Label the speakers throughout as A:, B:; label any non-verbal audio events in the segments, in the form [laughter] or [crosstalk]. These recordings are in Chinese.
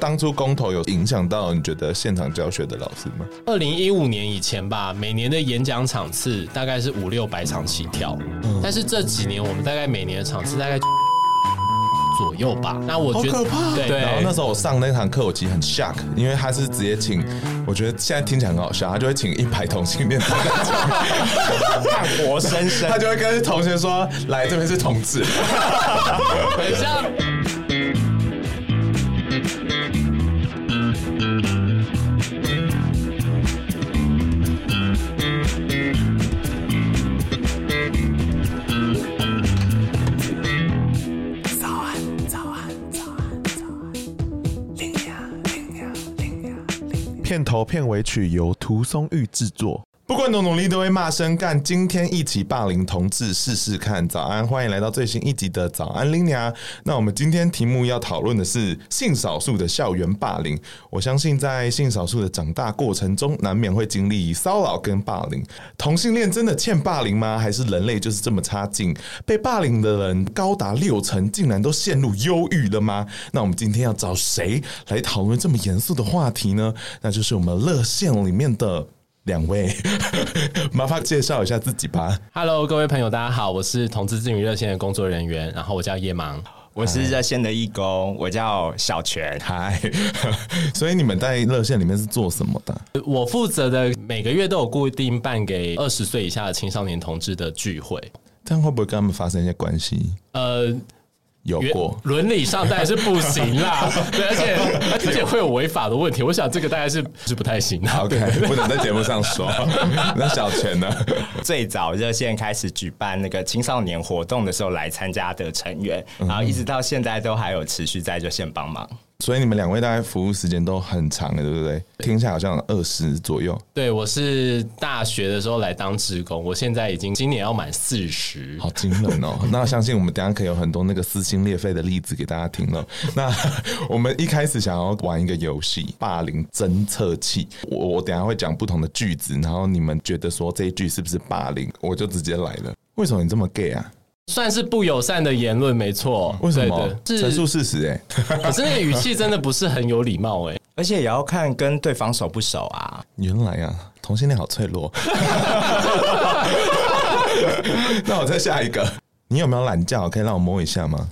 A: 当初公投有影响到你觉得现场教学的老师吗？
B: 二零一五年以前吧，每年的演讲场次大概是五六百场起跳，
A: 嗯
B: 但是这几年我们大概每年的场次大概左右吧。那我觉得
A: 好可怕
B: 对，
A: 然后那时候我上那堂课，我其实很 shock，因为他是直接请，我觉得现在听起来很好笑，他就会请一排同性恋
B: [laughs]
A: 的人来讲，
C: 看活生生
A: 他就会跟同学说：“来，这边是同志。
B: 很像。
D: 片头片尾曲由涂松玉制作。”
A: 不管努努力都会骂声干，今天一起霸凌同志试试看。早安，欢迎来到最新一集的早安林娘。那我们今天题目要讨论的是性少数的校园霸凌。我相信在性少数的长大过程中，难免会经历骚扰跟霸凌。同性恋真的欠霸凌吗？还是人类就是这么差劲？被霸凌的人高达六成，竟然都陷入忧郁了吗？那我们今天要找谁来讨论这么严肃的话题呢？那就是我们热线里面的。两位， [laughs] 麻烦介绍一下自己吧。
B: Hello，各位朋友，大家好，我是同志咨询热线的工作人员，然后我叫叶芒。
C: 我是热线的义工，我叫小泉。
A: 嗨，所以你们在热线里面是做什么的？
B: 我负责的每个月都有固定办给二十岁以下的青少年同志的聚会，
A: 这样会不会跟他们发生一些关系？
B: 呃，
A: 有
B: 原
A: 过？
B: 伦理上当然是不行
A: [laughs]
B: 啦，对，而且而且会有违法的问题，我想这个大概是是不太行的。
A: OK，不能在节目上说。那小泉呢？
C: [laughs] 最早热线开始举办那个青少年活动的时候来参加的成员，
A: 嗯
C: 然后一直到现在都还有持续在热线帮忙。
A: 所以你们两位大概服务时间都很长的，对不对？听起来好像二十左右，
B: 对，我是大学的时候来当志工，我现在已经今年要满四
A: [laughs]
B: 十。
A: 好惊人哦！那相信我们等一下可以有很多那个撕心裂肺的例子给大家听了。 [laughs] 那我们一开始想要玩一个游戏——霸凌侦测器。我我等一下会讲不同的句子，然后你们觉得说这一句是不是霸凌，我就直接来了。为什么你这么 gay 啊？
B: 算是不友善的言论，没错。
A: 为什么？
B: 对
A: 陈
B: 对
A: 述
B: 是，
A: 事实、欸，
B: 可是那个语气真的不是很有礼貌哎、
C: 而且也要看跟对方熟不熟啊。
A: 原来啊，同性恋好脆弱。那我再下一个，你有没有懒觉？可以让我摸一下吗？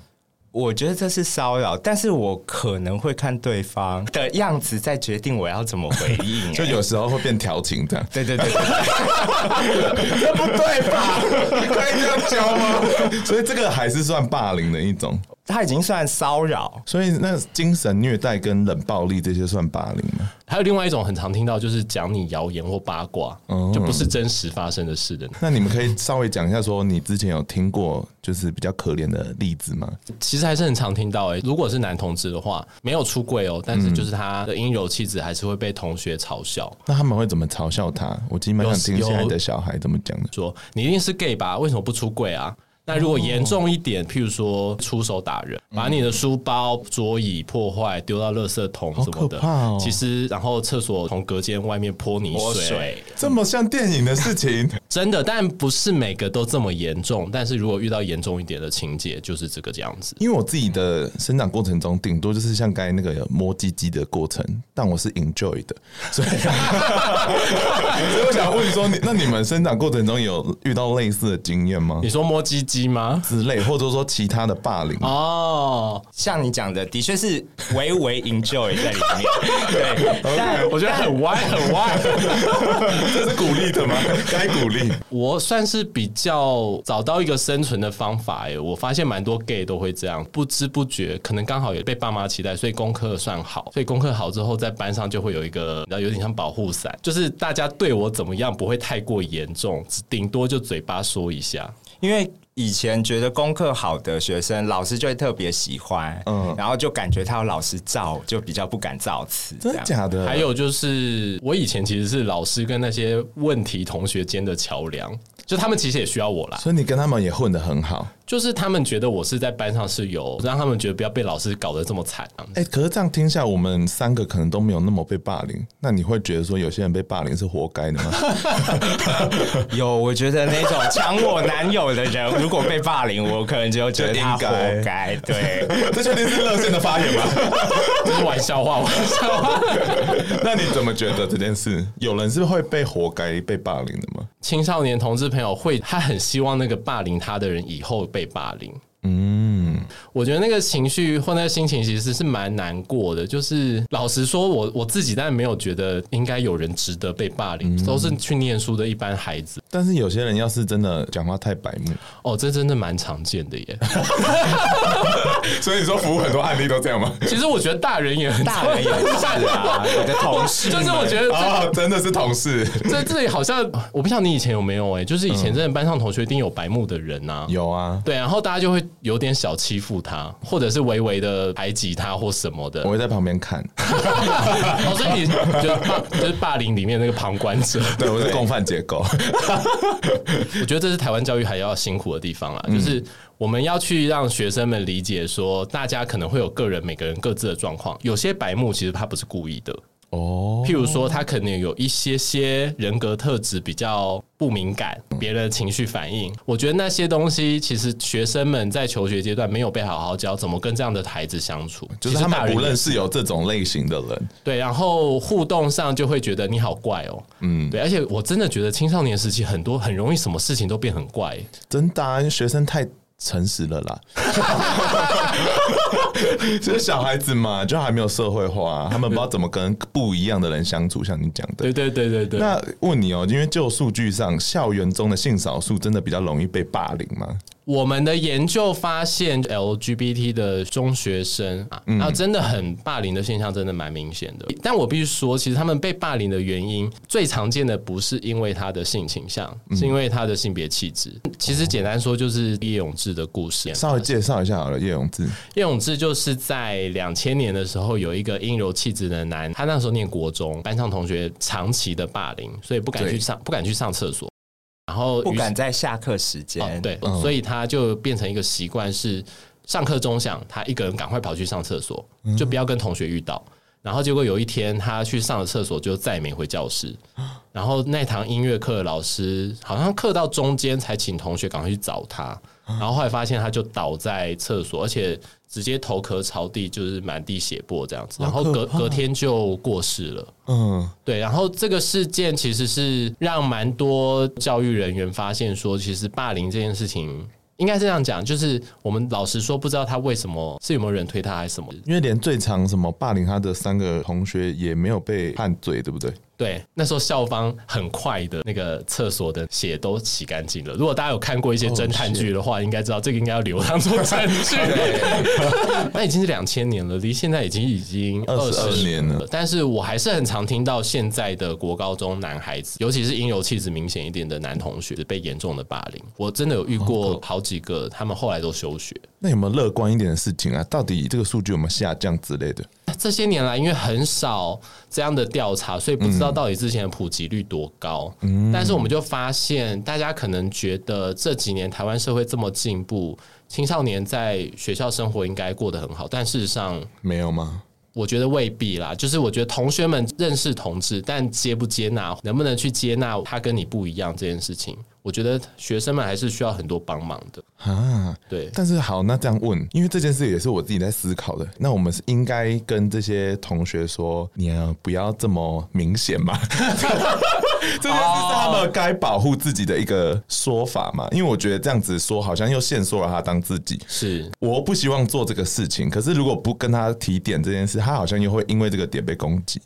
C: 我觉得这是骚扰，但是我可能会看对方的样子，再决定我要怎么回应、
A: [laughs]
C: 欸，
A: 就有时候会变调情这样
C: 对对对对
A: 这不对吧？
C: [laughs]
A: 可以这样教吗？所以这个还是算霸凌的一种。
C: 他已经算骚扰，
A: 所以那精神虐待跟冷暴力这些算霸凌吗？
B: 还有另外一种很常听到，就是讲你谣言或八卦，
A: 哦
B: 就不是真实发生的事的。
A: 那你们可以稍微讲一下，说你之前有听过就是比较可怜的例子吗？
B: 其实还是很常听到诶、欸如果是男同志的话，没有出柜哦，但
A: 嗯
B: 是就是他的阴柔气质还是会被同学嘲笑，
A: 那他们会怎么嘲笑他？我其实蛮想听
B: 有
A: 现在的小孩怎么讲的。
B: 说你一定是 gay 吧？为什么不出柜啊？那如果严重一点，譬如说出手打人，把你的书包、桌椅破坏，丢到垃圾桶什么的，
A: 好可怕哦
B: 其实然后厕所从隔间外面泼泥
C: 泼
B: 水，
C: 水
A: 这么像电影的事情，
B: 真的，但不是每个都这么严重。但是如果遇到严重一点的情节，就是这个这样子。
A: 因为我自己的生长过程中，顶多就是像刚才那个摸鸡鸡的过程，但我是 enjoy 的，所以， [laughs] 所以我想问说，你那你们生长过程中有遇到类似的经验吗
B: 你？说摸鸡鸡吗？
A: 之类，或者说其他的霸凌？
B: 哦，
C: 像你讲的，的确是 [laughs] 微微 enjoy 在里面。
A: [laughs]
C: 对，
B: [laughs]
C: 但
B: 我觉得很歪，很歪。
A: 这是鼓励的
B: [laughs]
A: 吗？该鼓励。
B: 我算是比较找到一个生存的方法耶。我发现蛮多 gay 都会这样，不知不觉，可能刚好也被爸妈期待，所以功课算好，所以功课好之后，在班上就会有一个，然后有点像保护伞，就是大家对我怎么样不会太过严重，顶多就嘴巴说一下。
C: 因为以前觉得功课好的学生，老师就会特别喜欢，嗯，然后就感觉他有老师罩，就比较不敢造次。
A: 真
C: 这
A: 的
C: 样
A: 假的？
B: 还有就是，我以前其实是老师跟那些问题同学间的桥梁，就他们其实也需要我啦。
A: 所以你跟他们也混得很好。
B: 就是他们觉得我是在班上是有让他们觉得不要被老师搞得这么惨、啊。
A: 哎、可是这样听下，我们三个可能都没有那么被霸凌。那你会觉得说有些人被霸凌是活该的吗？
B: [laughs]
C: 有，我觉得那种抢我男友的人，如果被霸凌，我可能就觉得他
A: 就
C: 活
A: 应该 [laughs]
C: 该。对，
A: 这确定是乐见的发言吗？
C: [laughs]
B: 这是玩笑话，玩笑话。
A: 那你怎么觉得这件事？有人是会被活该被霸凌的吗？
B: 青少年同志朋友会，他很希望那个霸凌他的人以后被霸凌。
A: 嗯，
B: 我觉得那个情绪或那个心情其实是蛮难过的。就是老实说我，我自己当然没有觉得应该有人值得被霸凌，
C: 嗯
B: 都是去念书的一般孩子。
A: 但是有些人要是真的讲话太白目，
B: 哦，这真的蛮常见的
C: [laughs]
B: 耶。
A: [laughs] 所以你说服务很多案例都这样吗？
B: 其实我觉得大人也很
C: 大人也是啊，我的同
B: [laughs]
C: 事
B: 就是我觉得这
A: 啊、真的是同事
B: 这这里好像我不晓得你以前有没有哎、就是以
C: 嗯
B: 前真的班上同学一定有白目的人呐、
A: 有啊，
B: 对，然后大家就会有点小欺负他，或者是微微的排挤他或什么的。
A: 我会在旁边看，
B: [laughs] 哦，所以你就是霸就是霸凌里面那个旁观者， [laughs]
A: 对我是共犯结构，
B: 我觉得这是台湾教育还要辛苦的地方啦，啊
A: 嗯
B: 就是我们要去让学生们理解说，大家可能会有个人每个人各自的状况，有些白目其实他不是故意的。
A: [laughs] 哦，
B: 譬如说，他可能有一些些人格特质比较不敏感，
A: 嗯
B: 别人的情绪反应。我觉得那些东西，其实学生们在求学阶段没有被好好教怎么跟这样的孩子相处，
A: 就是
B: 其
A: 他
B: 实大
A: 们
B: 人
A: 不
B: 也
A: 认识有这种类型的人，
B: 对，然后互动上就会觉得你好怪哦，嗯，对，而且我真的觉得青少年时期很多很容易什么事情都变很怪，
A: 真的、啊，因为学生太诚实了 [laughs] 啦。就是小孩子嘛，就还没有社会化、啊他们不知道怎么跟不一样的人相处，像你讲的。
B: 对对对对对。
A: 那问你哦、因为就数据上，校园中的性少数真的比较容易被霸凌吗？
B: 我们的研究发现，LGBT 的中学生啊，
A: 嗯
B: 那、真的很霸凌的现象真的蛮明显的。但我必须说，其实他们被霸凌的原因，最常见的不是因为他的性倾向，
A: 嗯
B: 是因为他的性别气质。其实简单说，就是叶永志的故事。
A: 稍微介绍一下好了，叶永志。
B: 叶永志就是在两千年的时候，有一个阴柔气质的男，他那时候念国中，班上同学长期的霸凌，所以不敢
A: 对
B: 去上，不敢去上厕所，然后
C: 不
B: 于是
C: 敢在下课时
B: 哦
C: 间，
B: 对，
A: 嗯
B: 所以他就变成一个习惯是上课钟响，他一个人赶快跑去上厕所，就不要跟同学遇到。然后结果有一天，他去上了厕所，就再也没回教室。然后那堂音乐课的老师好像课到中间才请同学赶快去找他，然后后来发现他就倒在厕所，而且直接头壳朝地，就是满地血泊这样子。然后隔隔天就过世了。
A: 嗯，
B: 对，然后这个事件其实是让蛮多教育人员发现说，其实霸凌这件事情应该是这样讲，就是我们老实说，不知道他为什么是有没有人推他还是什么。
A: 因为连最常什么霸凌他的三个同学也没有被判罪，对不对？
B: 对，那时候校方很快的那个厕所的血都洗干净了。如果大家有看过一些
A: 哦
B: 侦探剧的话，应该知道这个应该要留
A: [laughs]
B: 当做证据。 [laughs] 那已经是两千年了，离现在已经已经
A: 22年了。
B: 但是我还是很常听到现在的国高中男孩子，尤其是阴柔气质明显一点的男同学被严重的霸凌。我真的有
A: 哦
B: 遇过好几个，他们后来都休学。
A: 那有没有乐观一点的事情啊？到底这个数据有没有下降之类的？
B: 这些年来，因为很少这样的调查，所以不知道到底之前的普及率多高。但是我们就发现，大家可能觉得这几年台湾社会这么进步，青少年在学校生活应该过得很好，但事实上，
A: 没有吗？
B: 我觉得未必啦。就是我觉得同学们认识同志，但接不接纳，能不能去接纳他跟你不一样这件事情，我觉得学生们还是需要很多帮忙的。
A: 啊，
B: 对，
A: 但是好，那这样问，因为这件事也是我自己在思考的。那我们是应该跟这些同学说，你、啊、不要这么明显 [laughs] 嘛？这件事是他们该保护自己的一个说法嘛？因为我觉得这样子说，好像又限缩了他当自己。
B: 是。
A: 我不希望做这个事情，可是如果不跟他提点这件事，他好像又会因为这个点被攻击。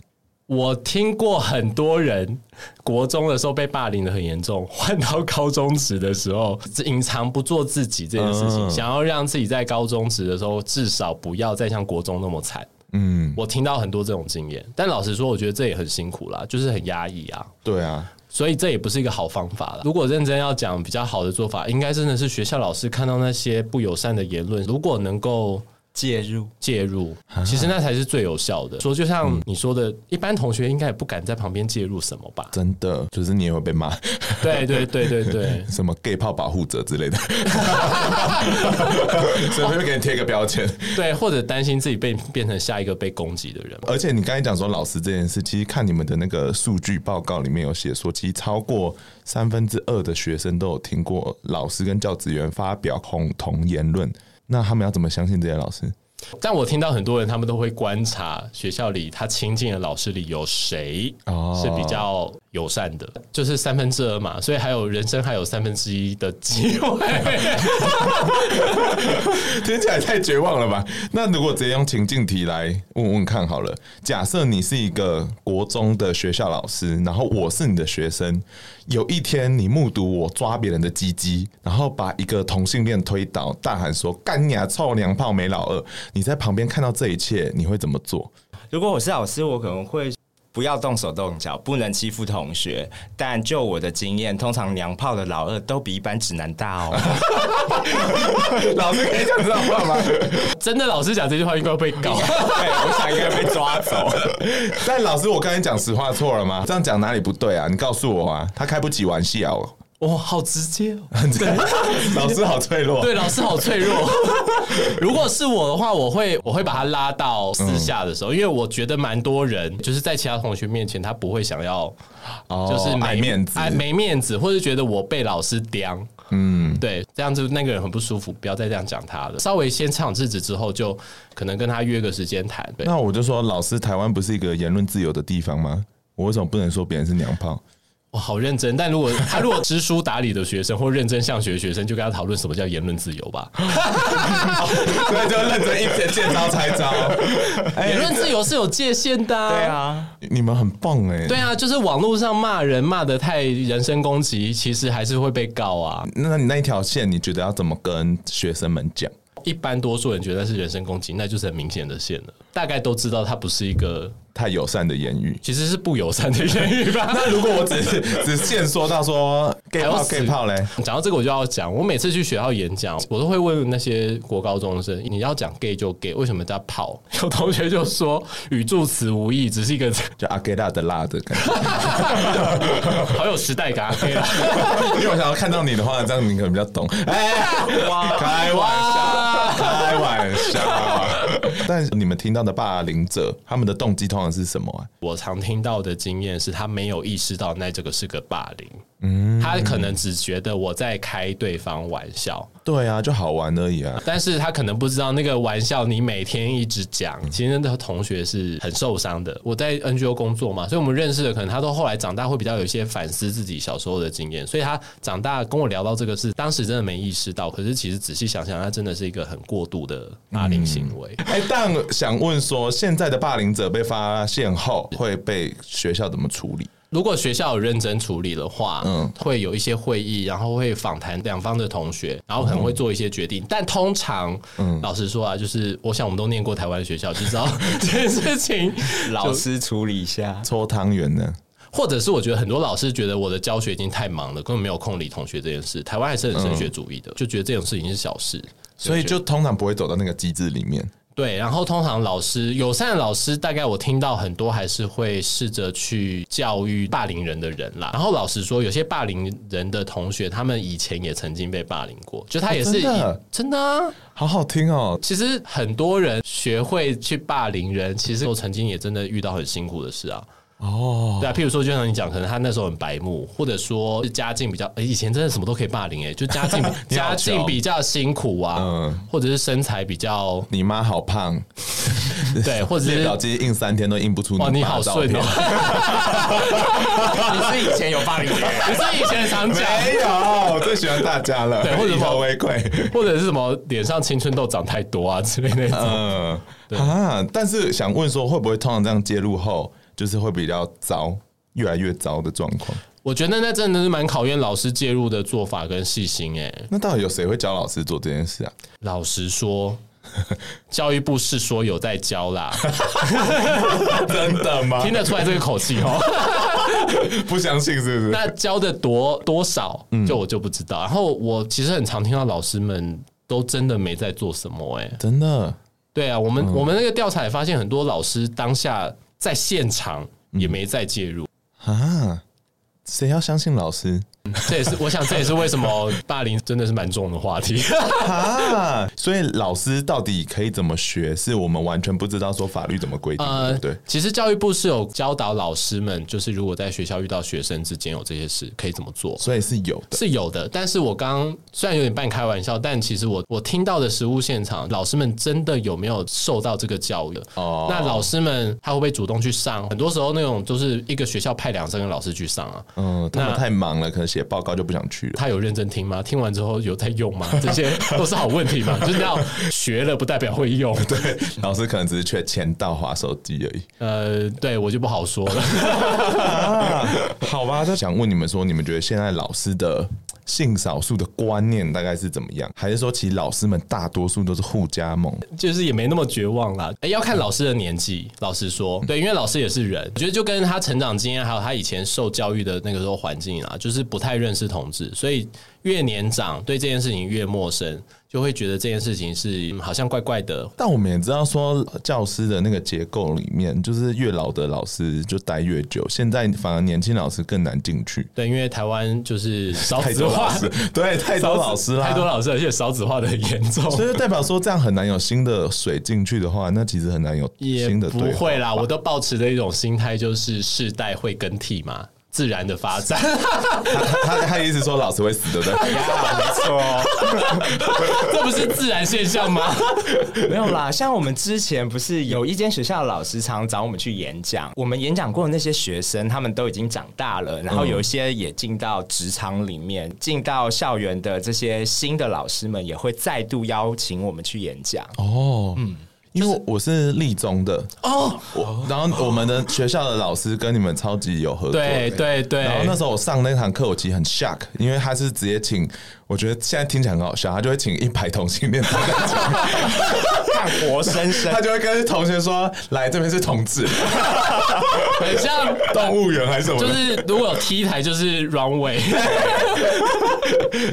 B: 我听过很多人国中的时候被霸凌的很严重，换到高中职的时候，隐藏不做自己这件事情，
A: 嗯
B: 想要让自己在高中职的时候至少不要再像国中那么惨。
A: 嗯，
B: 我听到很多这种经验，但老实说，我觉得这也很辛苦啦，就是很压抑啊。
A: 对啊，？
B: 所以这也不是一个好方法了。如果认真要讲比较好的做法，应该真的是学校老师看到那些不友善的言论，如果能够
C: 介入，
B: 介入，其实那才是最有效的。说就像你说的，一般同学应该也不敢在旁边介入什么吧
A: 真的，就是你也会被骂，
B: [laughs]
A: [laughs]
B: 对对对对对。
A: 什么 gay 炮保护者之类的， [laughs] 所以会给你贴个标签。
B: [laughs] 对，或者担心自己被变成下一个被攻击的人嘛。
A: 而且你刚才讲说老师这件事，其实看你们的那个数据报告里面有写说，其实超过三分之二的学生都有听过老师跟教职员发表恐同言论。那他们要怎么相信这些老师？
B: 但我听到很多人，他们都会观察学校里他亲近的老师里有谁
A: 哦
B: 是比较友善的，就是三分之二嘛，所以还有人生还有三分之一的机会。 [laughs]
A: 听起来太绝望了吧？那如果直接用情境题来问问看好了，假设你是一个国中的学校老师，然后我是你的学生，有一天你目睹我抓别人的鸡鸡，然后把一个同性恋推倒，大喊说“干你啊，臭娘炮没老二”，你在旁边看到这一切，你会怎么做？
C: 如果我是老师，我可能会不要动手动脚，不能欺负同学。但就我的经验，通常娘炮的老二都比一般直男大哦。
A: [laughs] 老师可以讲这种话吗？
B: 真的，老师讲这句话应该会被告。
C: 对，我想应该被抓走。
A: [laughs] 但老师，我刚才讲实话错了吗？这样讲哪里不对啊？你告诉我啊，他开不起玩笑、 [laughs] 哦。
B: 哇、好直接哦！
A: 老师好脆弱，
B: [laughs] 对，老师好脆弱。 [laughs] 如果是我的话，我会我会把他拉到私下的时候，因为我觉得蛮多人就是在其他同学面前，他不会想要
A: 哦
B: 就是没
A: 爱面子，
B: 哎，没面子，或是觉得我被老师刁，嗯，对，这样子那个人很不舒服，不要再这样讲他了。稍微先唱制止之后，就可能跟他约个时间谈。对，
A: 那我就说，老师，台湾不是一个言论自由的地方吗？我为什么不能说别人是娘炮？
B: 我好认真，但如果 [laughs] 他如果知书达理的学生或认真向学的学生，就跟他讨论什么叫言论自由
A: [laughs]
B: 吧。
A: 所以就认真一点，见招拆招。哎
B: 言论自由是有界限的、
C: 对。啊，
A: 你们很棒哎、
B: 对。啊，就是网络上骂人骂的太人身攻击，其实还是会被告啊。
A: 那你那一条线，你觉得要怎么跟学生们讲？
B: 一般多数人觉得是人身攻击，那就是很明显的线了。大概都知道它不是一个，
A: 太友善的言语。 [laughs]
B: 其实是不友善的言语吧。那
A: 如果我只是只限说到说 gay
B: 还有
A: 炮
B: 死
A: gay 炮嘞，
B: 讲到这个，我就要讲，我每次去学校演讲，我都会问那些国高中生，你要讲 gay 就 gay，为什么叫跑？有同学就说语助词无意，只是一个 [laughs]
A: 就阿 gay 辣的辣的感觉。
B: 好有时代感啊 gay 啦。
A: 因为我想要看到你的话，这样你可能比较懂。哎、 [laughs] 开玩笑，开玩
B: [laughs]
A: 笑。但你们听到的霸凌者，他们的动机通常是什么、啊？
B: 我常听到的经验是他没有意识到那这个是个霸凌，嗯，他可能只觉得我在开对方玩笑，
A: 对啊，就好玩而已啊。
B: 但是他可能不知道那个玩笑你每天一直讲，其实那个同学是很受伤的。我在 NGO 工作嘛，所以我们认识的可能他都后来长大会比较有一些反思自己小时候的经验，所以他长大跟我聊到这个事，当时真的没意识到，可是其实仔细想想，他真的是一个很过度的霸凌行为。
A: [laughs] 哎、但想问说，现在的霸凌者被发现后，会被学校怎么处理？
B: 如果学校有认真处理的话，
A: 嗯
B: 嗯，会有一些会议，然后会访谈两方的同学，然后可能会做一些决定。但通常，老实说啊，就是我想我们都念过台湾学校，就知道 [laughs] 这件事情。
C: 老师处理一下。
A: 搓汤圆呢？
B: 或者是我觉得很多老师觉得我的教学已经太忙了，根本没有空理同学这件事。台湾还是很升学主义的，就觉得这种事情是小事。
A: 所以就通常不会走到那个机制里面。
B: 对，然后通常老师友善的老师，大概我听到很多还是会试着去教育霸凌人的人啦。然后老实说，有些霸凌人的同学，他们以前也曾经被霸凌过，就他也是以、
A: 哦真的
B: 真的啊。
A: 好好听哦，
B: 其实很多人学会去霸凌人，其实我曾经也真的遇到很辛苦的事啊。哦，对啊，譬如说，就像你讲，可能他那时候很白目，或者说是家境比较，诶以前真的什么都可以霸凌、诶，
A: [laughs]
B: 就家境家境比较辛苦啊，
A: 嗯
B: 或者是身材比较
A: 你妈好胖，
B: [laughs] 对，或者
A: 列
B: 是
A: 表机印三天都印不出
B: 哇，
A: 你
B: 你
A: 爸
B: 好
A: 的照
B: 顺
A: 片
B: 哦！！
C: 你是以前有霸凌别人？
B: [laughs] 你是以前常讲，
A: 没有，我最喜欢大家了，
B: 对或者
A: 以和为贵。
B: 或者是什么脸上青春痘长太多啊之类那种。
A: 嗯啊，但是想问说，会不会通常这样介入后，就是会比较糟，越来越糟的状况？
B: 我觉得那真的是蛮考验老师介入的做法跟细心诶、
A: 那到底有谁会教老师做这件事啊？
B: 老实说，教育部是说有在教啦，
A: 真的吗
B: 听得出来这个口气哦。
A: [laughs] 不相信是不是？
B: 那教的多多少，就我就不知道。然后我其实很常听到老师们都真的没在做什么诶、
A: 真的
B: 对啊，我们、
A: 嗯
B: 我们那个调查也发现，很多老师当下在现场
A: 嗯
B: 也没再介入。
A: 啊，谁要相信老师
B: 这也是我想，这也是为
A: [laughs]
B: 什么霸凌真的是蛮重的话题。
A: 啊？所以老师到底可以怎么学，是我们完全不知道说法律怎么规定的，对不对？
B: 呃其实教育部是有教导老师们，就是如果在学校遇到学生之间有这些事，可以怎么做。
A: 所以是有的。
B: 是有的，但是我刚虽然有点半开玩笑，但其实我我听到的实物现场，老师们真的有没有受到这个教育？
A: 哦
B: 那老师们他会不会主动去上？很多时候那种就是一个学校派两三个老师去上啊，
A: 嗯，他们
B: 那
A: 太忙了，可能写报告就不想
B: [laughs]
A: 去了。
B: 他有认真听吗？听完之后有在用
A: [laughs]
B: 吗？这些都是好问题嘛，就是要学了不代表会用。
A: 对，老师可能只是缺签到划手机而已。
B: 呃，对我就不好说了。 [laughs]
A: [laughs] 好吧，就想问你们说，你们觉得现在老师的性少数的观念大概是怎么样？还是说，其实老师们大多数都是互加盟？
B: 就是也没那么绝望啦。哎，要看老师的年纪，老实说，对，因为老师也是人，我觉得就跟他成长经验，还有他以前受教育的那个时候环境啊，就是不太认识同志，所以越年长对这件事情越陌生，就会觉得这件事情是、嗯好像怪怪的。
A: 但我们也知道说，教师的那个结构里面，就是越老的老师就待越久，现在反而年轻老师更难进去。
B: 对，因为台湾就是少
A: 太
B: 子
A: 多老
B: 化，
A: 师， [laughs] 对，太多
B: 少子
A: 老师啦，
B: 太多老师，而且少子化的很严重。
A: 所以就代表说，这样很难有新的水进去的话，那其实很难有
B: 也
A: 新的
B: 不
A: 对话
B: 会啦，我都抱持的一种心态就是世代会更替嘛，自然的发展。
A: [laughs] 他他一直说老师会死，对不
B: [laughs]
A: 对？
C: 没错，
B: 这不是自然现
A: [laughs]
B: 象吗？
C: [laughs] 没有啦。像我们之前不是有一间学校的老师常找我们去演讲，我们演讲过的那些学生，他们都已经长大了，然后有一些也进到职场里面，进到校园的这些新的老师们也会再度邀请我们去演讲。
A: 哦，嗯。因为我是立中的哦，我然后我们的学校的老师跟你们超级有合作，
B: 对对对，
A: 然后那时候我上那堂课，我其实很 shock，因为他是直接请，我觉得现在听起来很好笑，他就会请一排同性恋的人，
C: 看活生生
A: 他就会跟同学说：“来，这边是同志
B: 很像
A: 动物园还是什么的。
B: 就是如果有 T 台就
A: [laughs]
B: 是 runway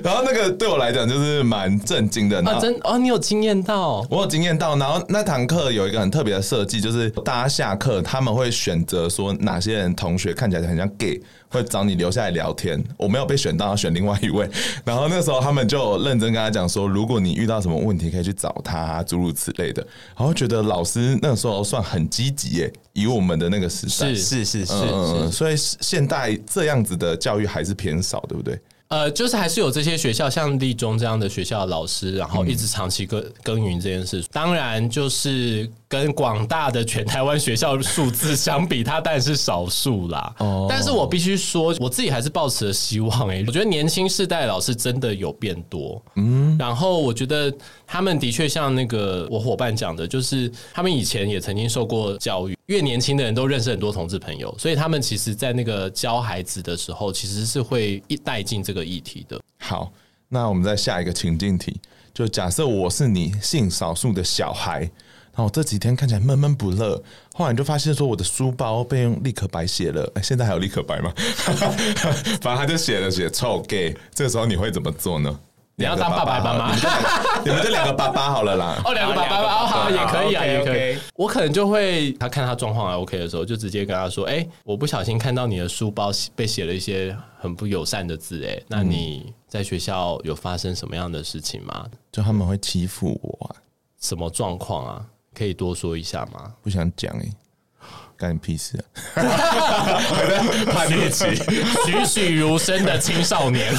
A: 然后那个对我来讲就是蛮震惊的。然
B: 啊，
A: 后
B: 真哦，你有惊艳到
A: 我有经验到，然后那堂课有一个很特别的设计，就是大家下课他们会选择说哪些人同学看起来很像 gay，会找你留下来聊天。我没有被选到，选另外一位。然后那时候他们就认真跟他讲说，如果你遇到什么问题，可以去找他，诸如此类的。然后觉得老师那时候算很积极耶，以我们的那个时代
B: 是
C: 是是是，
A: 嗯嗯，所以现代这样子的教育还是偏少，对不对？
B: 呃，就是还是有这些学校，像立中这样的学校的老师，然后一直长期耕耕耘这件事。当然，就是跟广大的全台湾学校数字相比，它当然是少数啦。
A: 哦
B: 但是我必须说，我自己还是抱持了希望、欸。我觉得年轻世代的老师真的有变多。嗯，然后我觉得他们的确像那个我伙伴讲的，就是他们以前也曾经受过教育，越年轻的人都认识很多同志朋友，所以他们其实，在那个教孩子的时候，其实是会一带进这个议题的。
A: 好，那我们再下一个情境题，就假设我是你性少数的小孩，然后我这几天看起来闷闷不乐，后来就发现说我的书包被用立可白写了，哎、现在还有立可白吗？ [laughs] 反正他就写了写臭 gay，这时候你会怎么做呢？
B: 你要当爸爸
A: 好了
B: 妈妈
A: 你们就两个你们就两个爸爸好了啦。
B: 哦，两个爸爸爸，哦，好，也可以啊，
C: 好
B: 也可以
C: OK，OK。
B: 我可能就会，他看他状况还啊 OK 的时候，就直接跟他说：“哎，我不小心看到你的书包被写了一些很不友善的字，哎，那你在学校有发生什么样的事情吗？
A: 就他们会欺负我、啊，
B: 什么状况啊？可以多说一下吗？
A: 不想讲哎、干你屁事、啊！ [laughs]
B: [laughs] 叛逆期，栩栩如生的青少年。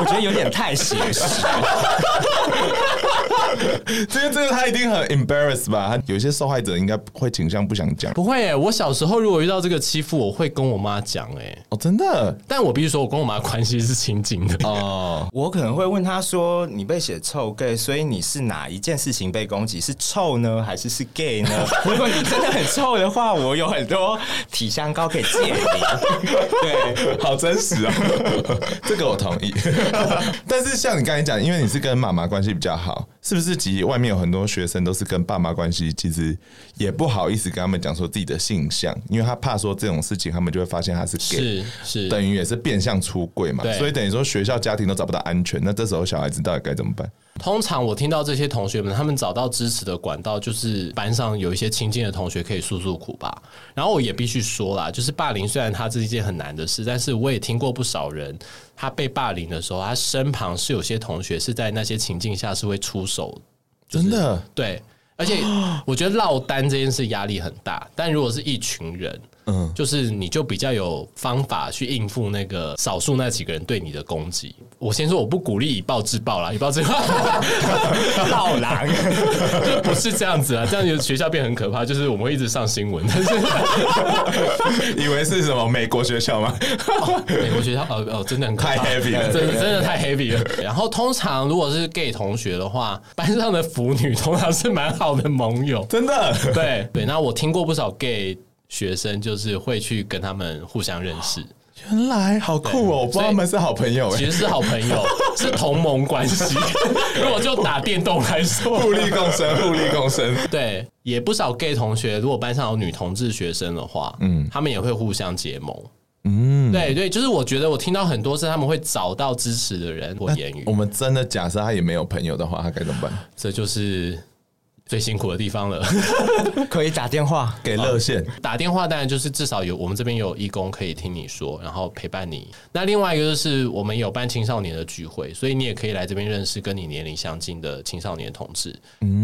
C: 我觉得有点太写实。
A: 这个这个他一定很 embarrass 吧？他有一些受害者应该会倾向不想讲
B: [laughs] 不会、欸，我小时候如果遇到这个欺负，我会跟我妈讲哎、
A: 哦，真的
B: 但我必须说，我跟我妈关系是亲近的。
A: 哦。
C: 我可能会问他说：“你被写臭 gay，所以你是哪一件事情被攻击？是臭呢，还是是 gay 呢？如果你真的很臭的话，我有很多体香膏可以借你。 [laughs]
A: [laughs]
C: 对，
A: 好真实啊、这个我同意。 [laughs] 但是像你刚才讲，因为你是跟妈妈关系比较好，是不是？其实外面有很多学生都是跟爸妈关系，其实也不好意思跟他们讲说自己的性向，因为他怕说这种事情，他们就会发现他是 gay，
B: 是是
A: 等于也是变相出柜嘛
B: 对，
A: 所以等于说学校家庭都找不到安全，那这时候小孩子到底该怎么办？
B: 通常我听到这些同学们，他们找到支持的管道，就是班上有一些亲近的同学可以诉诉苦吧。然后我也必须说啦，就是霸凌虽然它是一件很难的事，但是我也听过不少人，他被霸凌的时候，他身旁是有些同学是在那些情境下是会出手，
A: 真的，
B: 对。
A: [gasps]
B: 而且我觉得落单这件事压力很大，但如果是一群人，
A: 嗯，
B: 就是你就比较有方法去应付那个少数那几个人对你的攻击。我先说，我不鼓励以暴制暴啦，以暴制暴
C: 老狼，
B: 就不是这样子啦，啊这样就学校变很可怕，就是我们会一直上新闻。
A: [laughs]
B: 但是
A: 以为是什么美国学校吗？ [laughs]
B: 美国学校哦哦，真的很可怕
A: 太 heavy 了
B: 真的真的太 heavy 了。然后通常如果是 gay 同学的话，班上的腐女通常是蛮好的盟友。
A: 真的，
B: 对对，那我听过不少 gay 学生，就是会去跟他们互相认 [laughs] 识，
A: 原来好酷哦！我不知
B: 所以
A: 道他们是好朋友
B: 其
A: 哎，
B: 实是好朋友，是同盟关 [laughs] 系。如果就打电动来说，
A: 互利共生， [laughs] 互利共生。
B: 对，也不少 gay 同学，如果班上有女同志学生的话，嗯，他们也会互相结盟。嗯，对对，就是我觉得我听到很多是他们会找到支持的人或言语
A: 我，们真的假设他也没有朋友的话，他该怎么办？
B: 这就是最辛苦的地方了。
C: 可以打电话。
A: 给哎热线，
B: 打电话当然就是至少有我们这边有义工可以听你说，然后陪伴你。那另外一个就是我们有办青少年的聚会，所以你也可以来这边认识跟你年龄相近的青少年同志。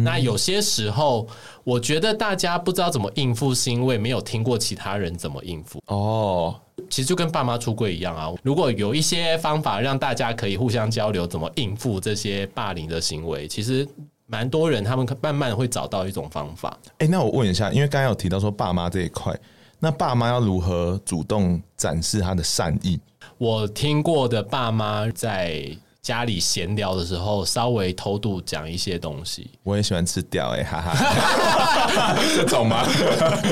B: 那有些时候，我觉得大家不知道怎么应付，是因为没有听过其他人怎么应付。
A: 哦，
B: 其实就跟爸妈出柜一样啊。如果有一些方法让大家可以互相交流，怎么应付这些霸凌的行为，其实蛮多人他们慢慢会找到一种方法。
A: 哎、那我问一下，因为刚才有提到说爸妈这一块，那爸妈要如何主动展示他的善意？
B: 我听过的爸妈在家里闲聊的时候，稍微偷渡讲一些东西。
A: 我也喜欢吃屌哎、哈哈， [laughs] 这种吗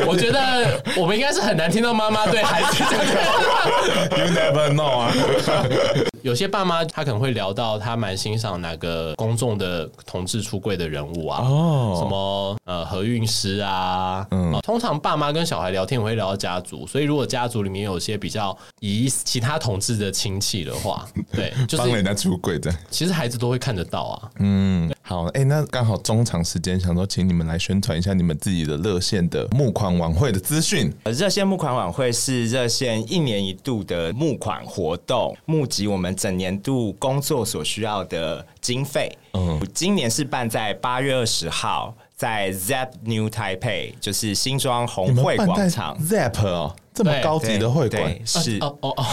B: 我觉得我们应该是很难听到妈妈对孩子这样。
A: ？You never know 啊。
B: 有些爸妈他可能会聊到他蛮欣赏哪个公众的同志出柜的人物啊，
A: 哦
B: 什么呃何韵诗啊，
A: 嗯
B: 嗯、通常爸妈跟小孩聊天也会聊到家族，所以如果家族里面有些比较疑其他同志的亲戚的话，对，就
A: 帮
B: 是
A: 人家出轨的，
B: 其实孩子都会看得到啊。
A: 嗯，好，哎、那刚好中场时间，想说请你们来宣传一下你们自己的热线的募款晚会的资讯。
C: 呃热线募款晚会是热线一年一度的募款活动，募集我们整年度工作所需要的经费。嗯，今年是办在八月二十号，在 Zep New Taipei，就是新庄
A: 你
C: 红
A: 们
C: 会
A: 办在
C: 广场。
A: Zap 哦，这么
B: 对
A: 高级的会
C: 对
A: 馆，
C: 是
B: 哦哦哦，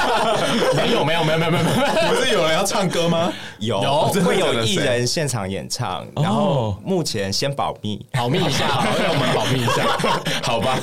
B: [laughs] 没有没有没有没有没有没有，
A: 不是有人要唱歌吗？
C: 有
B: 有
A: 哦真的
C: 会
A: 假
C: 有
A: 的
C: 艺
A: 谁
C: 人现场演唱，然
A: 哦
C: 后目前先保密。
B: 保密一下，好让我们保密一下。
A: 好吧，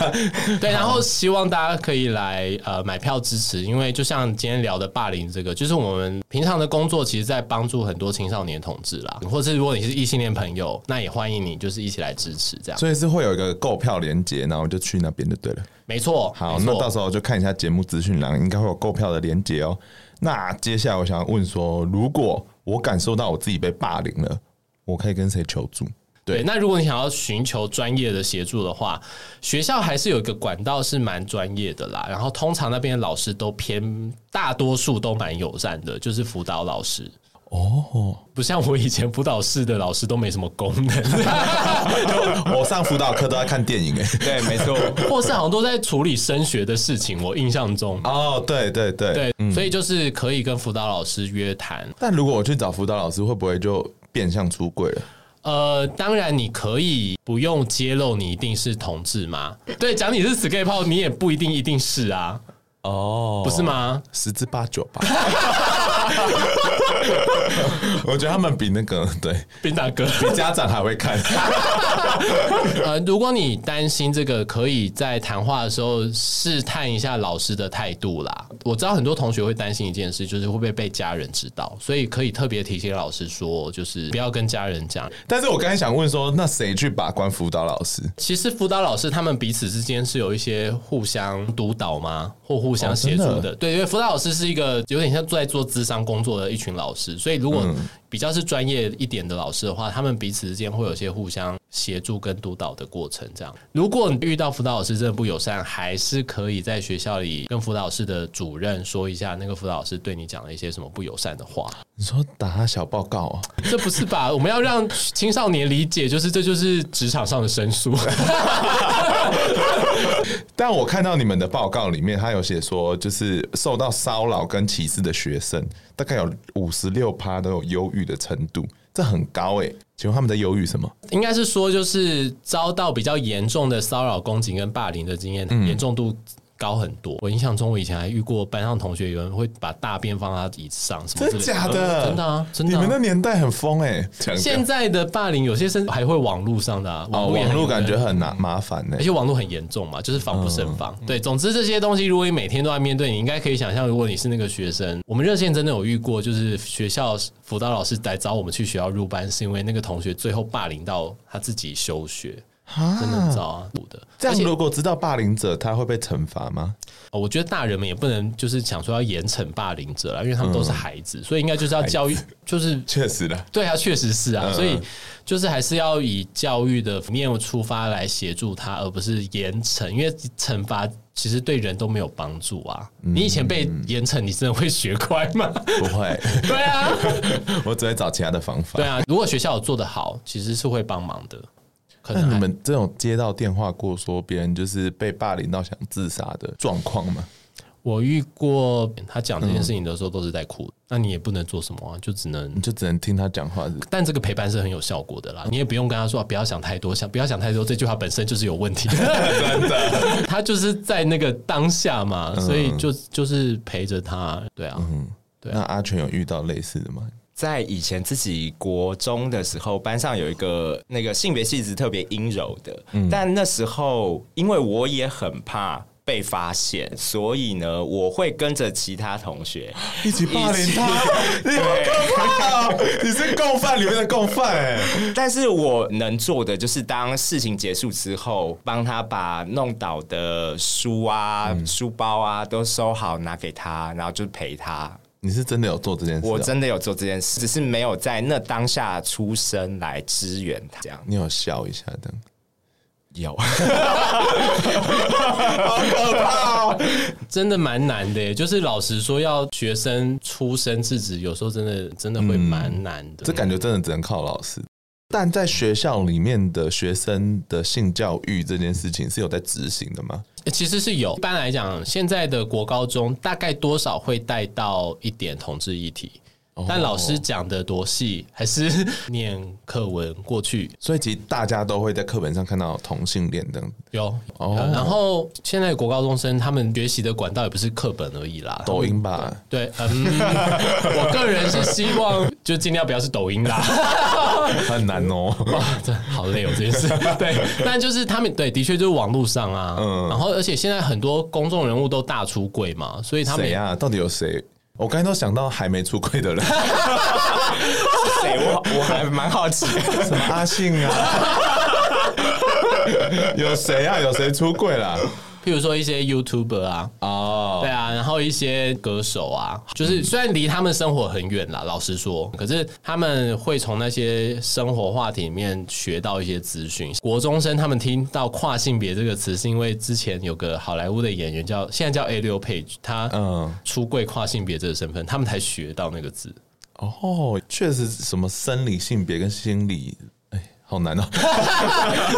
B: 对，然后希望大家可以来呃买票支持，因为就像今天聊的霸凌这个，就是我们平常的工作，其实在帮助很多青少年同志啦，或是如果你是异性恋朋友，那也欢迎你就是一起来支持这样。
A: 所以是会有一个购票链接，然后就去那边就对了。
B: 没错，
A: 好，
B: 没错
A: 那到时候就看一下节目资讯栏，应该会有购票的连接哦。那接下来我想问说，如果我感受到我自己被霸凌了，我可以跟谁求助？
B: 对，那如果你想要寻求专业的协助的话，学校还是有一个管道是蛮专业的啦。然后通常那边的老师都偏，大多数都蛮友善的，就是辅导老师。哦，不像我以前辅导室的老师都没什么功能，
A: [laughs]
B: [laughs]
A: 我上辅导课都在看电影哎、
C: 对，没错。
B: 或是好像都在处理升学的事情。我印象中，
A: 哦，对对对。
B: 对，所以就是可以跟辅导老师约谈，
A: 但如果我去找辅导老师，会不会就变相出柜了？
B: 呃，当然你可以不用揭露你一定是同志吗？对，讲你是死 gay 炮，你也不一定一定是啊，
A: 哦，
B: 不是吗？
A: 十之八九吧。 [laughs] 我觉得他们比那个对
B: 冰大哥，
A: 比家长还会看。
B: 呃，如果你担心这个，可以在谈话的时候试探一下老师的态度啦。我知道很多同学会担心一件事，就是会不会被家人知道，所以可以特别提醒老师说，就是不要跟家人讲。
A: 但是我刚才想问说，那谁去把关辅导老师？
B: 其实辅导老师他们彼此之间是有一些互相督导吗，或互
A: 哦
B: 相
A: 真
B: 协
A: 的
B: 助的？对，因为辅导老师是一个有点像在做智商上工作的一群老师，所以如
A: 嗯
B: 果比较是专业一点的老师的话，他们彼此之间会有一些互相协助跟督导的过程。这样，如果你遇到辅导老师真的不友善，还是可以在学校里跟辅导室的主任说一下，那个辅导老师对你讲了一些什么不友善的话。
A: 你说打他小报告啊？
B: 这不是吧？我们要让青少年理解，就是这就是职场上的申诉。
A: 但我看到你们的报告里面，他有写说，就是受到骚扰跟歧视的学生，大概有五十六趴都有忧郁的程度，这很高诶、请问他们在忧郁什么？
B: 应该是说，就是遭到比较严重的骚扰、攻击跟霸凌的经验，
A: 嗯
B: 严重度高很多。我印象中，我以前还遇过班上同学有人会把大便放他椅子上，什么
A: 真
B: 之
A: 的
B: 类
A: 假的？
B: 嗯真的啊，真
A: 你
B: 的啊、
A: 们那年代很疯诶、讲
B: 现
A: 讲
B: 在的霸凌有些甚至还会网络上的、啊，
A: 哦，
B: 也很
A: 网络
B: 严
A: 感觉很难麻烦欸呢、
B: 而且网络很严重嘛，就是防不胜
A: 嗯
B: 防。对，总之这些东西，如果你每天都在面对，你应该可以想象，如果你是那个学生，我们热线真的有遇过，就是学校辅导老师来找我们去学校入班，是因为那个同学最后霸凌到他自己休学，真的很糟啊，补的。
A: 这
B: 而且
A: 样如果知道霸凌者，他会被惩罚吗？
B: 哦我觉得大人们也不能就是想说要严惩霸凌者啦，因为他们
A: 嗯
B: 都是孩子，所以应该就是要教育，就是
A: 确实
B: [laughs]
A: 的，
B: 对啊，确实是啊，
A: 嗯
B: 所以就是还是要以教育的面出发来协助他，而不是严惩，因为惩罚其实对人都没有帮助啊。
A: 嗯
B: 你以前被严惩，你真的会学乖
A: [laughs]
B: 吗？
A: 不会，
B: 对啊，
A: 我只会找其他的方法。
B: 对啊。如果学校有做得好，其实是会帮忙的。可
A: 那
B: 能
A: 你
B: 还
A: 们这种接到电话过说别人就是被霸凌到想自杀的状况吗？
B: 我遇过他讲这件事情的时候都是在哭，那你也不能做什么啊，就只能
A: 你就只能听他讲话是不是
B: 但这个陪伴是很有效果的啦，你也不用跟他说、啊不要想太多，想不要想太多，这句话本身就是有问题的。真的， [laughs] 他就是在那个当下嘛，所以就就是陪着他，对啊，对啊
A: 那阿全有遇到类似的吗？
C: 在以前自己国中的时候，班上有一个那个性别气质特别阴柔的，
A: 嗯
C: 但那时候因为我也很怕。被发现，所以呢，我会跟着其他同学
A: 一起霸凌他， [laughs] 你好可怕哦！你是共犯里面的共犯哎、
C: 但是我能做的就是，当事情结束之后，帮他把弄倒的书啊、
A: 嗯
C: 书包啊都收好，拿给他，然后就陪他。
A: 你是啊真的有做这件事、哦
C: 我，真的有做这件事，只是没有在那当下出声来支援他。这样
A: 你有笑一下的，
C: 有，
B: 真的蛮难的耶。就是老实说，要学生出生制止，有时候真的真的会蛮难
A: [laughs]
B: 的。
A: 嗯这感觉真的只能靠老师。但在学校里面的学生的性教育这件事情是有在执行的吗？
B: 欸其实是有，一般来讲，现在的国高中大概多少会带到一点同志议题。但老师讲的多细，还是念课文过去，
A: 所以其实大家都会在课本上看到同性恋这样子，
B: 有
A: 哦
B: 呃然后现在国高中生他们学习的管道也不是课本而已啦，
A: 抖音吧，
B: 对，嗯， [laughs] 我个人是希望就尽量不要是抖音啦，
A: [laughs] 很难哦、
B: 哇，这好累哦
A: [laughs]
B: 这件事。对，但就是他们对，的确就是网络上啊，
A: 嗯
B: 然后而且现在很多公众人物都大出柜嘛，所以他们
A: 谁
B: 也
A: 啊？到底有谁？我刚才都想到还没出柜的 [laughs] 人，什
C: [laughs] 谁？我我还蛮好奇。
A: 么阿信啊， [laughs] 有谁啊？有谁出柜啦？
B: 譬如说一些 YouTuber 啊，
A: 哦，嗯
B: 对啊，然后一些歌手啊，就是虽然离他们生活很远啦，老实说，可是他们会从那些生活话题里面学到一些资讯。国中生他们听到跨性别这个词，是因为之前有个好莱坞的演员叫现在叫 A 六 Page，他
A: 嗯，
B: 出柜跨性别这个身份，他们才学到那个字。
A: 哦，确实，什么生理性别跟心理，哎，好难哦。 [laughs]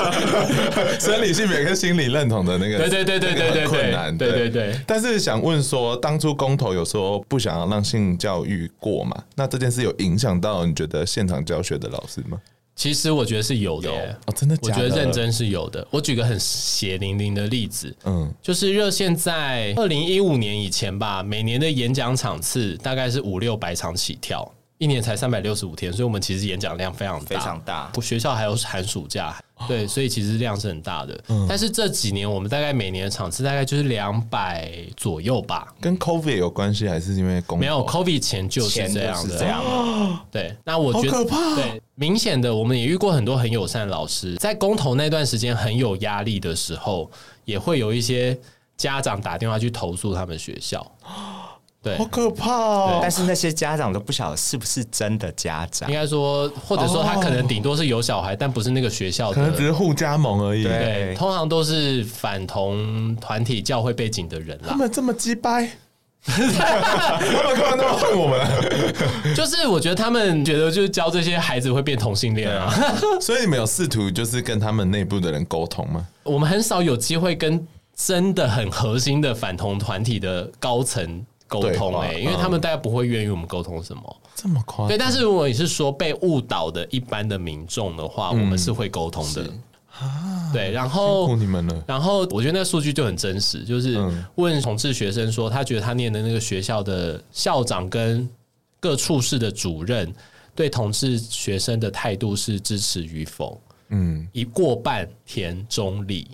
A: 生理性别跟心理认同的那个，
B: 对对对对
A: 那个
B: 对对
A: 很困难，
B: 对对对。
A: 但是想问说，当初公投有说不想要让性教育过嘛？那这件事有影响到你觉得现场教学的老师吗？
B: 其实我觉得是有的耶、
A: 哦，真的 [laughs]
B: 我
A: 假
B: 觉
A: 的？
B: 得认。真是有的。我举个很血淋淋的例子，
A: 嗯，
B: 就是热线在二零一五年以前吧，每年的演讲场次大概是五六百场起跳，一年才三百六十五天，所以我们其实演讲量非常大，
C: 非常大
B: 我学校还有寒暑假，
A: 哦
B: 对，所以其实量是很大的。
A: 嗯
B: 但是这几年我们大概每年的场次大概就是两百左右吧。
A: 跟 COVID 有关系，还是因为公投
B: 没有 COVID 前就是哦这样
C: 钱就
B: 的，
C: 是这样
B: 对，那我觉得
A: 好可怕
B: 对，明显的我们也遇过很多很友善的老师，在公投那段时间很有压力
A: [gasps]
B: 的时候，也会有一些家长打电话去投诉他们学校。对
A: 好，可怕哦！
C: 但是那些家长都不晓得是不是真的家长
B: 应。该说，或者说他可能顶多是有小孩，但不是那个学校
A: 哦可能只
B: 的。
A: 是哎互加盟而已。
C: 对
B: 对，通常都是反同团体、教会背景的人
A: 他
B: 啦。
A: 们这么鸡掰， [laughs] 他们干嘛那么恨我们啊？
B: 就是我觉得他们觉得就是教这些孩子会变同性恋啊。
A: 所以你们有试图就是跟他们内部的人沟通吗？
B: 我们很少有机会跟真的很核心的反同团体的高层沟
A: 对嗯
B: 通
A: 话
B: 诶、因为他们大概不会愿意我们沟通什么。
A: 这么夸
B: 对，
A: 张？
B: 但是如果你是说被误导的一般的民众的话，我们是会沟通的。对，然
A: 嗯啊辛
B: 后
A: 苦哦你嗯们了。
B: 然后我觉得那数据就很真实，就是问同志学生说，他觉得他念的那个学校的校长跟各处室的主任对同志学生的态度是支持与否，
A: 嗯，
B: 一过半填中立。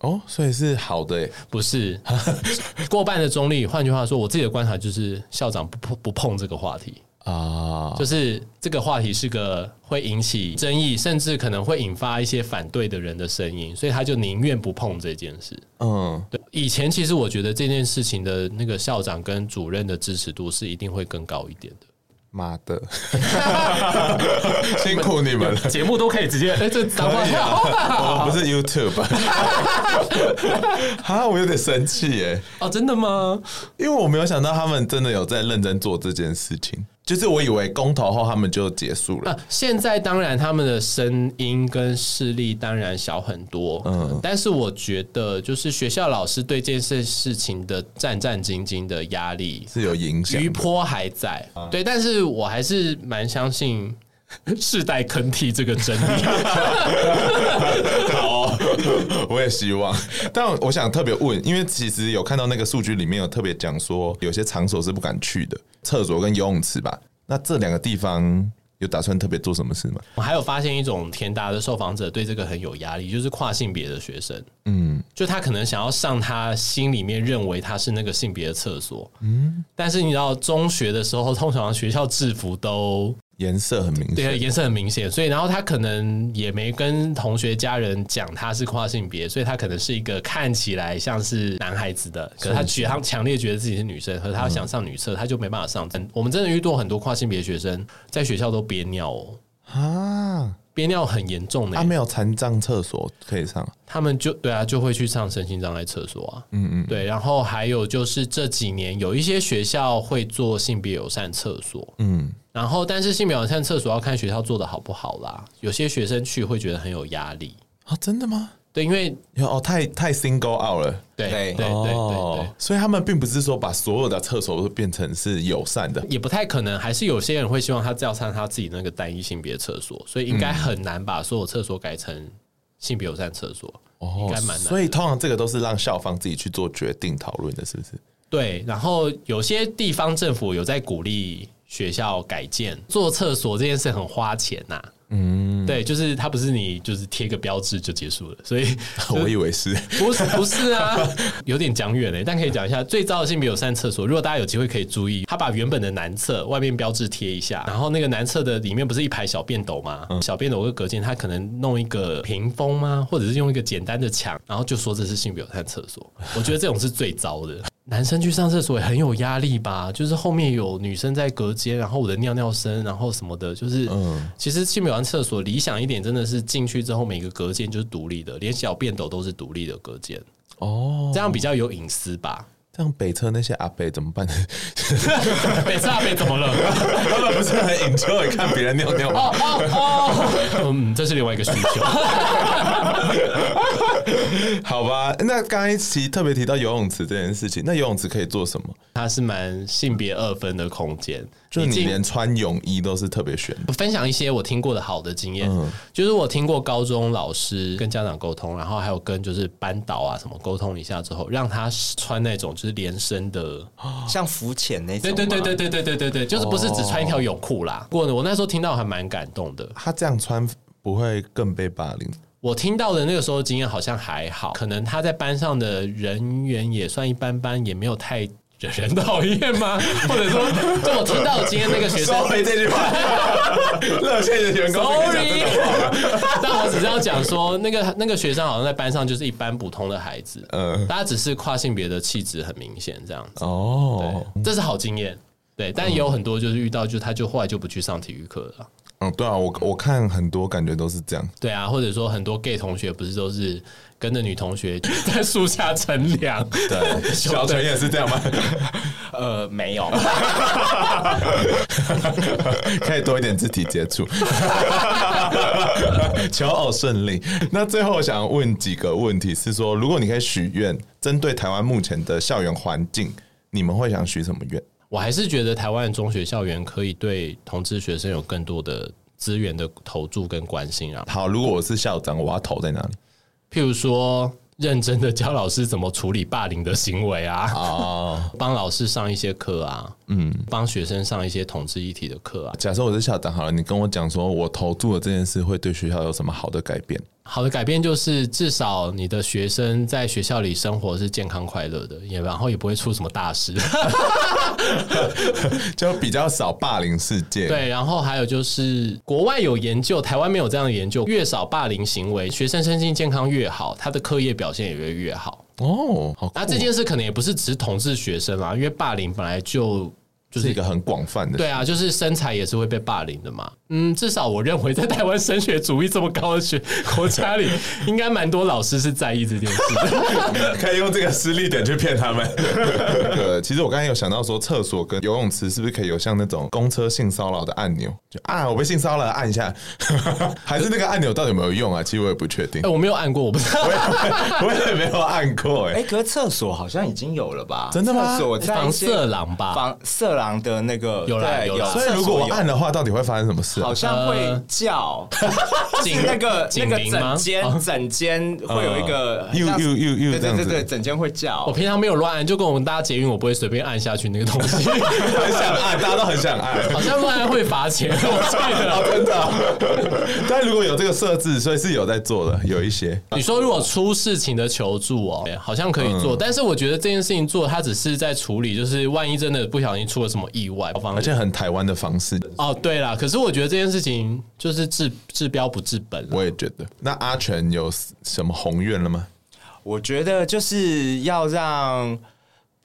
A: 哦，所以是好的耶，
B: 不是 [laughs] 过半的中立，换句话说，我自己的观察就是校长不碰不碰这个话题，
E: 哦
A: 啊，
B: 就是这个话题是个会引起争议，甚至可能会引发一些反对的人的声音，所以他就宁愿不碰这件事。
A: 嗯，
B: 对，以前其实我觉得这件事情的那个校长跟主任的支持度是一定会更高一点的。
A: 妈的，辛苦你
B: [laughs]
A: 们了。
E: [laughs] 节目都可以啊直接
B: 哎，这脏话
A: 我们不是 YouTube，哈，我有点生气耶，
B: [laughs] 哦，真的吗？
A: 因为我没有想到他们真的有在认真做这件事情。就是我以为公投后他们就结束了，
B: 啊，现在当然他们的声音跟势力当然小很多，嗯，但是我觉得就是学校老师对这件事情的战战兢兢的压力，
A: 是有影响的
B: 余。波还在，对，但是我还是蛮相信 [laughs] 世代更替这个真 [laughs] 理。
A: 好、哦， [laughs] 我也希望。但我想特别问，因为其实有看到那个数据里面有特别讲说，有些场所是不敢去的，厕所跟游泳池吧。那这两个地方有打算特别做什么事吗？
B: 我还有发现一种田达的受访者对这个很有压力，就是跨性别的学生，
A: 嗯，
B: 就他可能想要上他心里面认为他是那个性别的厕所，嗯，但是你知道中学的时候，通常学校制服都
A: 颜色很明
B: 对，
A: 显，
B: 颜色很明显，所以然后他可能也没跟同学家人讲他是跨性别，所以他可能是一个看起来像是男孩子的，可是他觉他强烈觉得自己是女生，可是他想上女厕，他就没办法上。嗯我们真的遇到很多跨性别学生在学校都憋尿哦，
A: 啊，
B: 憋尿很严重的、
A: 他没有残障厕所可以上，
B: 他们就对啊，就会去上身心障碍厕所啊。嗯嗯，对。然后还有就是这几年有一些学校会做性别友善厕所，
A: 嗯，
B: 然后，但是性别友善厕所要看学校做的好不好啦。有些学生去会觉得很有压力，
A: 啊，真的吗？
B: 对，因为
A: 有哦，太太 single out 了。
B: 对
C: 对
B: 对对对对
A: 哦，所以他们并不是说把所有的厕所都变成是友善的，
B: 也不太可能，还是有些人会希望他叫上他自己那个单一性别厕所，所以应该很难把所有厕所改成性别友善厕所，
A: 哦
B: 应该蛮难的。
A: 所以通常这个都是让校方自己去做决定讨论的，是不是？
B: 对，然后有些地方政府有在鼓励学校改建，做厕所这件事很花钱呐、嗯，对，就是它不是你就是贴个标志就结束了，所以
A: [laughs] 我以为 [laughs] 是。
B: 不是不是啊，有点讲远了，但可以讲一下最糟的性别友善厕所。如果大家有机会可以注意，他把原本的男厕外面标志贴一下，然后那个男厕的里面不是一排小便斗吗？小便斗跟隔间，他可能弄一个屏风吗？或者是用一个简单的墙，然后就说这是性别友善厕所。我觉得这种是最糟的。男生去上厕所也很有压力吧？就是后面有女生在隔间，然后我的尿尿声，然后什么的，就是，
A: 嗯
B: 其实性别友善厕所理想一点，真的是进去之后每个隔间就是独立的，连小便斗都是独立的隔间，
A: 哦，
B: 这样比较有隐私吧？ [laughs]
A: 这样北车那些阿北怎么 [laughs] 办？
B: 北是阿北怎么了？哦
A: 他们不是很 enjoy 看别人尿尿吗？
B: 嗯，这是另外一个需
A: [laughs]
B: 求。
A: 好吧，那刚才其实特别提到游泳池这件事情，那游泳池可以做什么？
B: 它是蛮性别二分的空间，
A: 就是你
B: 进
A: 连穿泳衣都是特别选
B: 我分享一些我听过的好的经验，就是我听过高中老师跟家长沟通，然后还有跟就是班导啊什么沟通一下之后，让他穿那种就是连身的，
C: 像浮潜那种
B: 对
C: 吗，
B: 对对对对对对对对，就是不是只穿一条泳裤啦。不过呢，我那时候听到还蛮感动的。
A: 他这样穿不会更被霸凌？
B: 我听到的那个时候的经验好像还好，可能他在班上的人缘也算一般般，也没有太惹人讨厌吗？或者说，就我听到今天那个学生
A: 收回这句话， [laughs] 热线的员工不可以讲这种话吧
B: 但我只是要讲说，那个那个学生好像在班上就是一般普通的孩子，
A: 嗯
B: 嗯，大家只是跨性别的气质很明显这样子，
A: 哦，
B: 这是好经验。对，但也有很多就是遇到，就他就后来就不去上体育课了。
A: 嗯，对啊，我我看很多感觉都是这样，
B: 对啊，或者说很多 gay 同学不是都是跟着女同学在树下乘凉，
A: 哦对，小陈也是这样吗？
C: 呃，没
B: [laughs]
C: 有，
A: [laughs] 可以多一点肢体接触， [laughs] 求偶顺利。那最后想问几个问题，是说如果你可以许愿，针对台湾目前的校园环境，你们会想许什么愿？
B: 我还是觉得台湾的中学校园可以对同志学生有更多的资源的投注跟关心啊，
A: 好，如果我是校长，我要投在哪里？
B: 譬如说认真的教老师怎么处理霸凌的行为啊，
A: 哦，
B: [laughs] 帮老师上一些课啊，嗯，帮学生上一些统治议题的课啊。
A: 假设我是校长好了，你跟我讲说我投注的这件事会对学校有什么好的改变？
B: 好的改变就是，至少你的学生在学校里生活是健康快乐的，也然后也不会出什么大事。
A: 就比较少霸凌事件。，
B: 对，然后还有就是，国外有研究，台湾没有这样的研究，越少霸凌行为，学生身心健康越好，他的课业表现也会越好。
A: 哦，好酷哦，
B: 那这件事可能也不是只统治学生啦，因为霸凌本来就就是
A: 一个很广泛的。
B: [laughs] 对啊，就是身材也是会被霸凌的嘛。嗯，至少我认为在台湾升学主义这么高的学国家里，应该蛮多老师是在意这件事
C: [laughs]
B: 的。
A: [laughs] 可以用这个失利点去骗他 [laughs] 们。呃，其实我刚才有想到说，厕所跟游泳池是不是可以有像那种公车性骚扰的按钮？就啊，我被性骚扰了，按一下， [laughs] 还是那个按钮到底有没有用啊？其实我也不确定
C: 哦
B: 哎、，我没有按过，我不知道。
A: [laughs] 我也没有按过哎、
C: 哎、可是厕所好像已经有了吧？
A: 真的吗
C: 厕所在
B: 防
C: 一些
B: 哎色狼吧，
C: 防色狼的那个
B: 有啦
C: 对
B: 有
C: 有
B: 啦
A: 所以如果我按
C: 了，
A: 的话，到底会发生什么事、啊
C: 好？像会
B: [laughs]
C: 叫，就是那个那
B: 呃警
C: 个
B: 铃吗
C: 整间
B: 哦
C: 整间会有一个
A: 又
C: 像
A: 又又又
C: 对
A: 这
C: 对
A: 样
C: 对对，
A: 子，
C: 整间会叫
B: 我。平常没有乱按，就跟我们大家捷运，我不会随便按下去那个东西， [laughs]
A: 很想按，大家都很想按。
B: 好像乱按会罚钱，哦我记
A: 啊，
B: 得。
A: 真的啊、 [laughs] 但如果有这个设置，所以是有在做的，有一些。
B: 你说如果出事情的求助哦，哎好像可以
C: 嗯
B: 做，但是我觉得这件事情做，它只是在处理，就是万一真的不小心出了什么意外，防
A: 而且很台湾的方式，
B: 哦，对啦，可是我觉得这件事情就是治治标不治本啦
A: 我也觉得。那阿全有什么宏愿了吗？
C: 我觉得就是要让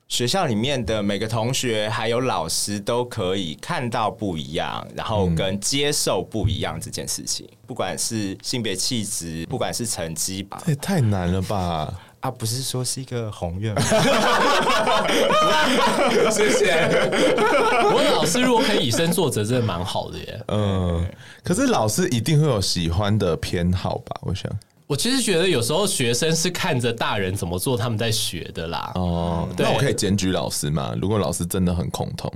C: 学校里面的每个同学还有老师都可以看到不一样，然后跟接受不一样这件事情，不管是性别气质，不管是成绩吧，
A: 这也哎太难了吧！
C: 啊，不是说是一个宏愿吗？
A: [laughs] 谢谢。
B: [laughs] 我老师如果可以以身作则，真的蛮好的耶。
A: 嗯，可是老师一定会有喜欢的偏好吧？我想。
B: 我其实觉得有时候学生是看着大人怎么做，他们在学的啦。
A: 哦，
B: 对
A: 那我可以检举老师吗？如果老师真的很恐同，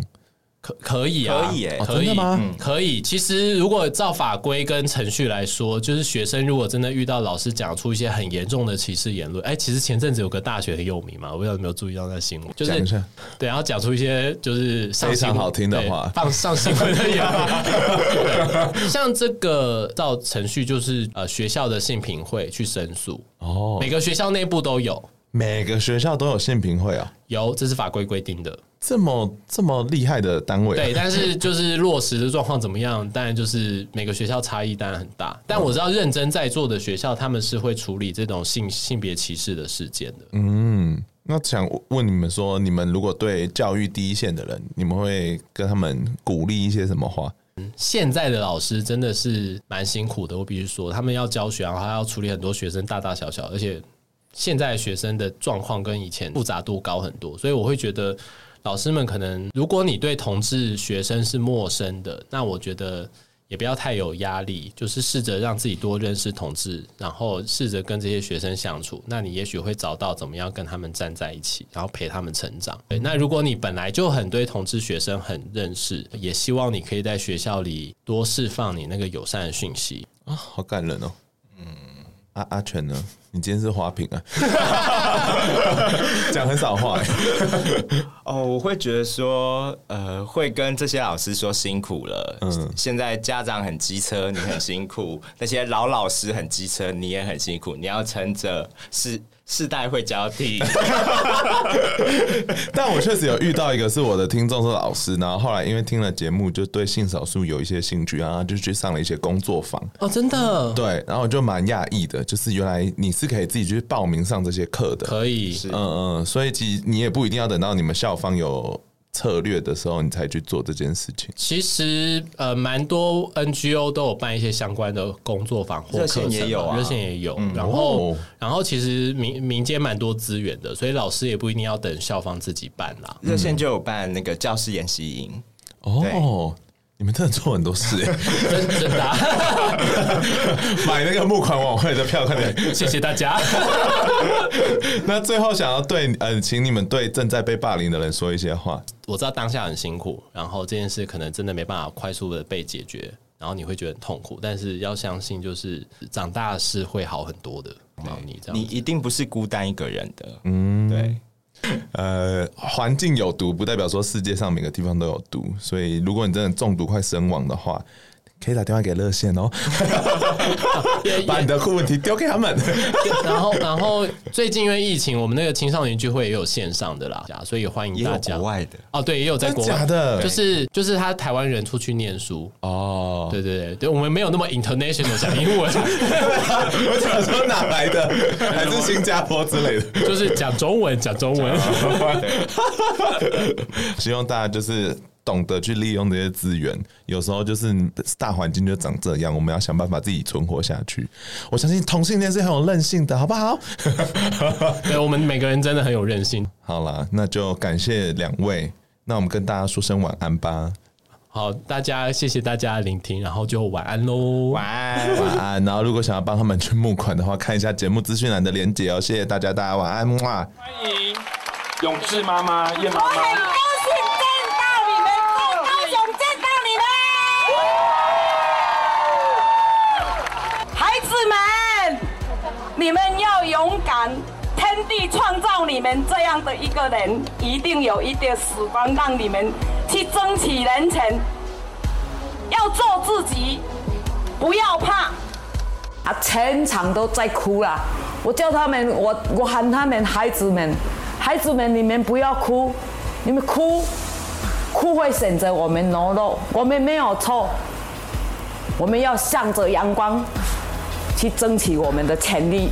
B: 可可以啊，
C: 可以耶
B: 可
A: 哦真
B: 以
A: 的吗
B: 嗯可以。其实如果照法规跟程序来说，就是学生如果真的遇到老师讲出一些很严重的歧视言论，哎，其实前阵子有个大学很有名嘛，我不知道有没有注意到那新闻，就
A: 讲一
B: 是
A: 下
B: 对，然后讲出一些就是上
A: 非
B: 新
A: 常
B: 闻
A: 好听的话
B: 对放上新闻的言
A: [laughs]
B: 论。对像这个照程序就是呃学校的性评会去申诉，
A: 哦，
B: 每个学校内部都有。
A: 每个学校都有性评会啊，
B: 有，这是法规规定的。
A: 这么这么厉害的单位、啊
B: 对，，但是就是落实的状况怎么样？当然就是每个学校差异当然很大，但我知道认真在座的学校，他们是会处理这种性性别歧视的事件的。
A: 嗯，那想问你们说，你们如果对教育第一线的人，你们会跟他们鼓励一些什么话？
B: 现在的老师真的是蛮辛苦的，我必须说，他们要教学，然后还要处理很多学生大大小小，而且现在学生的状况跟以前复杂度高很多，所以我会觉得老师们可能，如果你对同志学生是陌生的，那我觉得。也不要太有压力，就是试着让自己多认识同志，然后试着跟这些学生相处，那你也许会找到怎么样跟他们站在一起，然后陪他们成长。对，那如果你本来就很对同志学生很认识，也希望你可以在学校里多释放你那个友善的讯息。
A: 啊，好感人哦。嗯，阿阿全呢？你今天是花瓶
B: [laughs]
A: 啊，讲很少话、欸。
C: 哦，我会觉得说，呃，会跟这些老师说辛苦了。
A: 嗯
C: 嗯，现在家长很机车，你很辛苦；那些老老师很机车，你也很辛苦。你要撑着，是世代会交 [laughs] 替，
A: [laughs] 但我确实有遇到一个是我的听众是老师，然后后来因为听了节目，就对性少数有一些兴趣，然后他就去上了一些工作坊。
B: 哦，真的
A: 对，然后我就蛮讶异的，就是原来你是可以自己去报名上这些课的。
B: 可以，
A: 嗯嗯，所以其实你也不一定要等到你们校方有策略的时候，你才去做这件事情。
B: 其实呃，蛮多 NGO 都有办一些相关的工作坊或
C: 热
B: 课
C: 线
B: 程嘛，
C: 也有啊
B: 热线也有。然后，
A: 哦
B: 然后其实民民间蛮多资源的，所以老师也不一定要等校方自己办
C: [laughs]
B: 啦。
C: 热线就有办那个教师研习营，
A: 哦。你们真的做很多事、 [laughs] 欸，
B: 真真的啊、 [laughs]
A: 买那个募款晚会的票，快点！ [laughs]
B: 谢谢大家。 [laughs]
A: 那最后想要对呃，请你们对正在被霸凌的人说一些话。
B: 我知道当下很辛苦，然后这件事可能真的没办法快速的被解决，然后你会觉得很痛苦，但是要相信，就是长大是会好很多的。帮你这
C: 你
B: 样子，
C: 一定不是孤单一个人的。嗯，对。
A: 呃，环境有毒不代表说世界上每个地方都有毒，所以如果你真的中毒快身亡的话，可以打电话给热线哦，
B: 也
A: 把你的问题丢给他们。
B: [laughs] 然后，然后最近因为疫情，我们那个青少年聚会也有线上的啦，所以欢迎
C: 也
B: 大
C: 有
B: 家。
C: 国外的，
B: 哦，对，也有在国
A: 真
B: 外
A: 假的
B: 就是就是他台湾人出去念书，
A: 哦，
B: 对对对对，我们没有那么 international 讲英文， [laughs]
A: 我想说哪来的？还是新加坡之类的？
B: [laughs] 就是讲中文，讲中文。
A: 希望大家就是懂得去利用这些资源。有时候就是大环境就长这样，我们要想办法自己存活下去。我相信同性恋是很有韧性的，好不好？ [laughs]
B: 对我们每个人真的很有韧性。
A: 好啦，那就感谢两位。那我们跟大家说声晚安吧，
B: 好，大家谢谢大家的聆听，然后就晚安喽。
C: 晚安。
A: 晚安。然后如果想要帮他们去募款的话，看一下节目资讯栏的连结哦。谢谢大家，大家晚安，哇。
E: 欢迎永志妈妈、叶妈
F: 我很
E: 妈。
F: 高兴见到你们，在高雄见到你们。孩子们，你们要勇敢，天地创造你们这样的一个人，一定有一点时光让你们去争取人权，要做自己，不要怕。
G: 啊，全场都在哭啦！我叫他们，我我喊他们，孩子们，孩子们，你们不要哭，你们哭，哭会选择我们懦弱，我们没有错，我们要向着阳光去争取我们的权利。